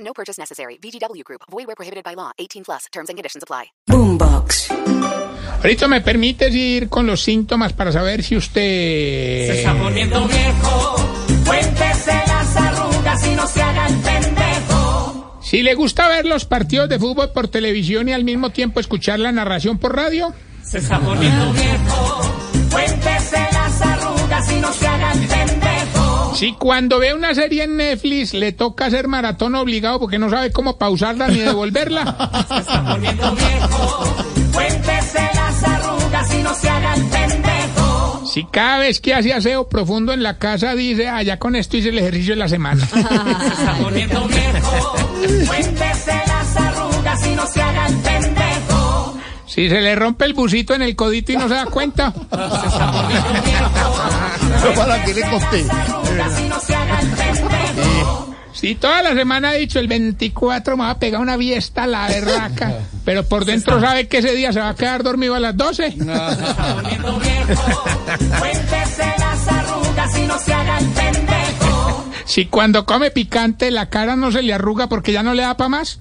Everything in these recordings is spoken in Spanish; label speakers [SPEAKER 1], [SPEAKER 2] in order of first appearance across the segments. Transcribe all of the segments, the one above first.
[SPEAKER 1] No purchase necessary. VGW Group. Void where prohibited by law. 18 plus. Terms and conditions apply.
[SPEAKER 2] Boombox.
[SPEAKER 3] Ahorita me permites ir con los síntomas para saber si
[SPEAKER 4] Se
[SPEAKER 3] usted...
[SPEAKER 4] está poniendo viejo. Cuéntese las arrugas y no se haga el pendejo.
[SPEAKER 3] Si le gusta ver los partidos de fútbol por televisión y al mismo tiempo escuchar la narración por radio.
[SPEAKER 4] Se está poniendo viejo. Cuéntese las arrugas y no se haga el pendejo.
[SPEAKER 3] Si cuando ve una serie en Netflix le toca hacer maratón obligado porque no sabe cómo pausarla ni devolverla.
[SPEAKER 4] Se está poniendo viejo. Cuéntese las arrugas y no se haga el pendejo.
[SPEAKER 3] Si cada vez que hace aseo profundo en la casa dice, allá con esto hice el ejercicio de la semana.
[SPEAKER 4] Se está poniendo viejo. Cuéntese las arrugas y no se haga el pendejo.
[SPEAKER 3] Si se le rompe el busito en el codito y no se da cuenta.
[SPEAKER 4] Se está poniendo viejo.
[SPEAKER 5] para que le
[SPEAKER 4] Las arrugas y no se haga el pendejo.
[SPEAKER 3] Si toda la semana ha dicho el 24 me va a pegar una fiesta a la berraca, pero por dentro sabe que ese día se va a quedar dormido a las 12.
[SPEAKER 4] poniendo viejo. Cuéntese las arrugas y no se haga el pendejo.
[SPEAKER 3] Si cuando come picante la cara no se le arruga porque ya no le da para más.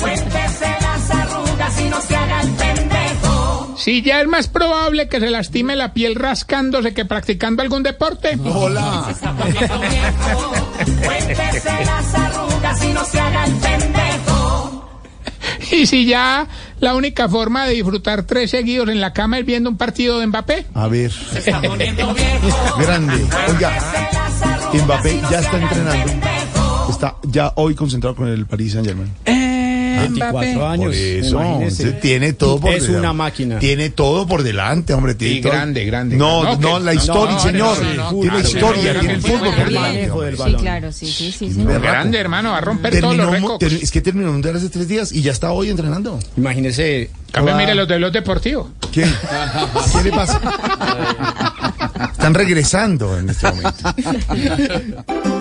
[SPEAKER 4] Cuéntese las arrugas y no se haga el pendejo.
[SPEAKER 3] Si ya es más probable que se lastime la piel rascándose que practicando algún deporte.
[SPEAKER 4] Poniendo viejo. Cuéntese las arrugas y no se haga el pendejo.
[SPEAKER 3] Y si ya la única forma de disfrutar tres seguidos en la cama es viendo un partido de Mbappé.
[SPEAKER 6] A ver,
[SPEAKER 4] Está poniendo viejo.
[SPEAKER 6] grande. Oiga,
[SPEAKER 4] Cuéntese las arrugas
[SPEAKER 6] Mbappé
[SPEAKER 4] y no
[SPEAKER 6] ya
[SPEAKER 4] se
[SPEAKER 6] está
[SPEAKER 4] haga el
[SPEAKER 6] entrenando.
[SPEAKER 4] pendejo.
[SPEAKER 6] está ya hoy concentrado con el Paris Saint Germain.
[SPEAKER 3] Eh,
[SPEAKER 7] 24 años.
[SPEAKER 6] Por eso,
[SPEAKER 7] imagínese.
[SPEAKER 6] se tiene todo por
[SPEAKER 7] Es
[SPEAKER 6] delante.
[SPEAKER 7] una máquina.
[SPEAKER 6] Tiene todo por delante, hombre. Tiene
[SPEAKER 3] Y
[SPEAKER 6] todo-
[SPEAKER 3] grande, grande,
[SPEAKER 6] No,
[SPEAKER 3] grande.
[SPEAKER 6] no,
[SPEAKER 3] No,
[SPEAKER 6] la
[SPEAKER 3] que-
[SPEAKER 6] historia,
[SPEAKER 3] no,
[SPEAKER 6] señor.
[SPEAKER 3] no, no, no,
[SPEAKER 6] tiene
[SPEAKER 3] claro,
[SPEAKER 6] historia,
[SPEAKER 3] no,
[SPEAKER 6] tiene el
[SPEAKER 3] no,
[SPEAKER 6] fútbol
[SPEAKER 3] no,
[SPEAKER 6] por
[SPEAKER 3] no,
[SPEAKER 6] delante.
[SPEAKER 7] manejo
[SPEAKER 6] hombre.
[SPEAKER 7] del balón.
[SPEAKER 8] claro, sí, sí, sí. sí.
[SPEAKER 6] Berraco.
[SPEAKER 3] Grande, hermano, va a romper todos los
[SPEAKER 6] Terminó mu- ter-
[SPEAKER 3] récords.
[SPEAKER 6] es que terminó mundial hace tres días y ya está hoy entrenando.
[SPEAKER 7] Imagínese.
[SPEAKER 3] Cambio,
[SPEAKER 7] toda-
[SPEAKER 3] mire
[SPEAKER 6] Ah.
[SPEAKER 3] los de los deportivos.
[SPEAKER 6] ¿Quién? ¿Qué le pasa? Están regresando en este momento.